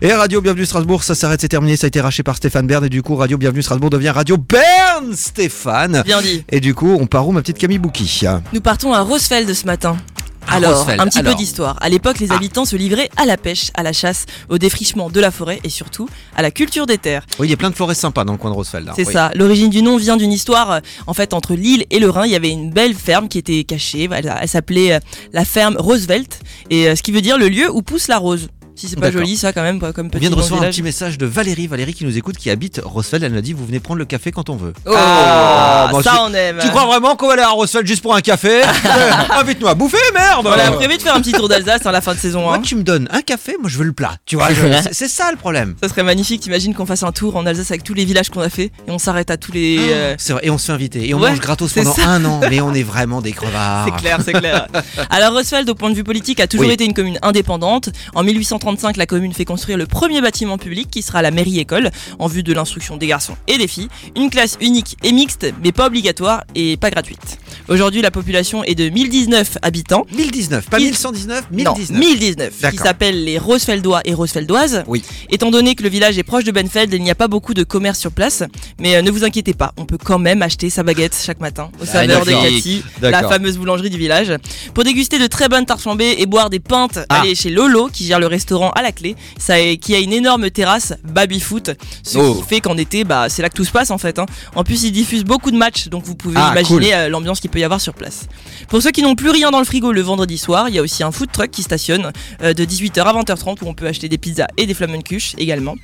Et Radio Bienvenue Strasbourg, ça s'arrête, c'est terminé, ça a été racheté par Stéphane Bern et du coup Radio Bienvenue Strasbourg devient Radio Bern Stéphane. Bien dit. Et du coup, on part où ma petite Camille Bouki Nous partons à Rosfeld ce matin. À Alors, Rosfeld, un petit alors. peu d'histoire. À l'époque, les Ah. habitants se livraient à la pêche, à la chasse, au défrichement de la forêt et surtout à la culture des terres. Oui, il y a plein de forêts sympas dans le coin de Rosfeld. hein. C'est Ah Oui. ça. L'origine du nom vient d'une histoire. euh, En fait, entre l'île et le Rhin, il y avait une belle ferme qui était cachée. Elle, elle s'appelait euh, la ferme Roosevelt. Et euh, ce qui veut dire le lieu où pousse la rose. Si c'est pas D'accord. joli, ça, quand même, comme On petit vient de nom recevoir un village. petit message de Valérie, Valérie qui nous écoute, qui habite Rosfeld. Elle nous a dit, vous venez prendre le café quand on veut. Oh, Ah, bah, ça, tu- on aime. Tu crois vraiment qu'on va aller à Rosfeld juste pour un café Euh, Invite-nous à bouffer, merde On a prévu de faire un petit tour d'Alsace à la fin de saison. Moi, hein. tu me donnes un café, moi je veux le plat. Tu vois, je- c'est- c'est ça le problème. Ça serait magnifique, t'imagines qu'on fasse un tour en Alsace avec tous les villages qu'on a fait et on s'arrête à tous les. euh, C'est vrai, et on se fait inviter. Et on Ouais, mange gratos c'est pendant ça. un an, mais on est vraiment des crevards. C'est clair, c'est clair. Alors Roosevelt, au point de vue politique, a toujours Ah. Oui. été une commune indépendante. En 1835, la commune fait construire le premier bâtiment public qui sera la mairie-école en vue de l'instruction des garçons et des filles. Une classe unique et mixte, mais pas obligatoire et pas gratuite. Aujourd'hui, la population est de 1019 habitants. 1019, pas Il- 1119, Non, 1019. 1019, qui D'accord. s'appellent les Rosefeldois et Rosefeldoises. Oui. Étant donné que le village est proche de Benfeld, il n'y a pas beaucoup de commerce sur place, mais euh, ne vous inquiétez pas, on peut quand même acheter sa baguette chaque matin Bah, au saveur de d'accord. Cathy, la D'accord. fameuse boulangerie du village. Pour déguster de très bonnes tartes flambées et boire des pintes, Ah. allez chez Lolo qui gère le restaurant à la clé, ça est- qui a une énorme terrasse baby foot, ce Oh. qui fait qu'en été, bah, c'est là que tout se passe en fait. hein. En plus, ils diffusent beaucoup de matchs, donc vous pouvez Ah, imaginer cool. euh, l'ambiance qu'il peut y avoir sur place. Pour ceux qui n'ont plus rien dans le frigo le vendredi soir, il y a aussi un food truck qui stationne euh, de 18h à 20h30 où on peut acheter des pizzas et des flamencuches également.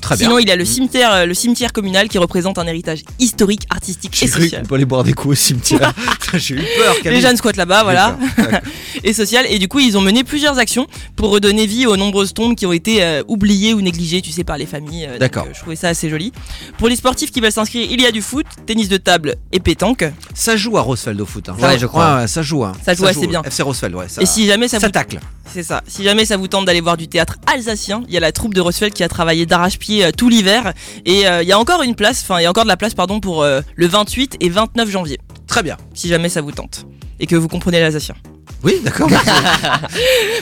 Très bien. Mmh. Sinon, il y a le cimetière, euh, le cimetière communal qui représente un héritage historique, artistique et J'ai cru qu'on social. peut aller boire des coups au cimetière. Putain, J'ai eu peur, Camille. Les jeunes squattent là-bas, voilà, D'accord, d'accord. et social. Et du coup, ils ont mené plusieurs actions pour redonner vie aux nombreuses tombes qui ont été euh, oubliées ou négligées, tu sais, par les familles. euh, donc, D'accord. euh, je trouvais ça assez joli. Pour les sportifs qui veulent s'inscrire, il y a du foot, tennis de table et pétanque. Ça joue à Rosfeld au foot. hein. Ouais, je crois. Ouais, ouais, ça joue. hein. Ça joue assez bien. FC Rosfeld, ouais. Ça, Et si jamais ça, ça vous tacle. C'est ça. Si jamais ça vous tente d'aller voir du théâtre alsacien, il y a la troupe de Rosfeld qui a travaillé d'arrache-pied euh, tout l'hiver. Et euh, il y a encore une place, enfin, il y a encore de la place, pardon, pour euh, le 28 et 29 janvier, Très bien. si jamais ça vous tente. Et que vous comprenez l'alsacien. Oui, d'accord.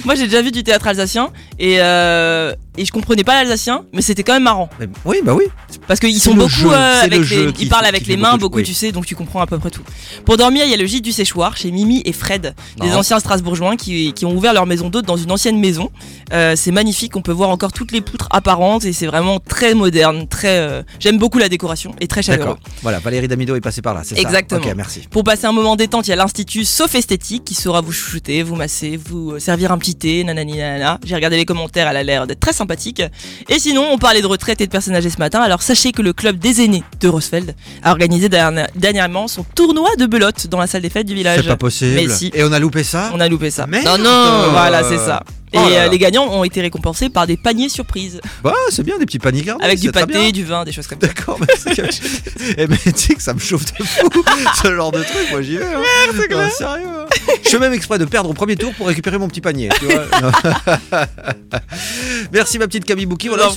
Moi, j'ai déjà vu du théâtre alsacien et, euh, et je comprenais pas l'alsacien, mais c'était quand même marrant. Mais- oui, bah oui. Parce qu'ils C'est sont le beaucoup. jeu, euh, c'est avec le jeu les- qui ils parlent fait- avec qui les fait mains beaucoup de- beaucoup, oui. tu sais, donc tu comprends à peu près tout. Pour dormir, il y a le gîte du séchoir chez Mimi et Fred, des Non. anciens Strasbourgeois qui, qui ont ouvert leur maison d'hôte dans une ancienne maison. Euh, c'est magnifique, on peut voir encore toutes les poutres apparentes et c'est vraiment très moderne, très. euh, J'aime beaucoup la décoration et très chaleureux. D'accord. Voilà, Valérie Damido est passée par là, c'est ça Exactement. Ok, merci. Pour passer un moment détente, il y a l'Institut Sauf Esthétique qui saura vous chouchouter, vous masser, vous euh, servir un petit thé, nanani nanana. J'ai regardé les commentaires, elle a l'air d'être très sympathique. Et sinon, on parlait de retraite et de personnes âgées ce matin, alors sachez que le club des aînés de Rosfeld a organisé derni- dernièrement son tournoi de belote dans la salle des fêtes du village. C'est pas possible. Mais si. Et on a loupé ça On a loupé ça. Merde. Euh, Voilà, c'est ça. Et Oh là euh, là. les gagnants ont été récompensés par des paniers surprises, Bah, c'est bien, des petits paniers garnis, avec du Oh, c'est très bien. pâté, du vin, des choses comme ça. D'accord, mais c'est que- Eh, mais tu sais que ça me chauffe de fou, ce genre de truc, moi j'y vais. hein. Non, sérieux. hein. Je fais même exprès de perdre au premier tour pour récupérer mon petit panier. tu vois. Merci ma petite Camille Bouki, on Je vous en lance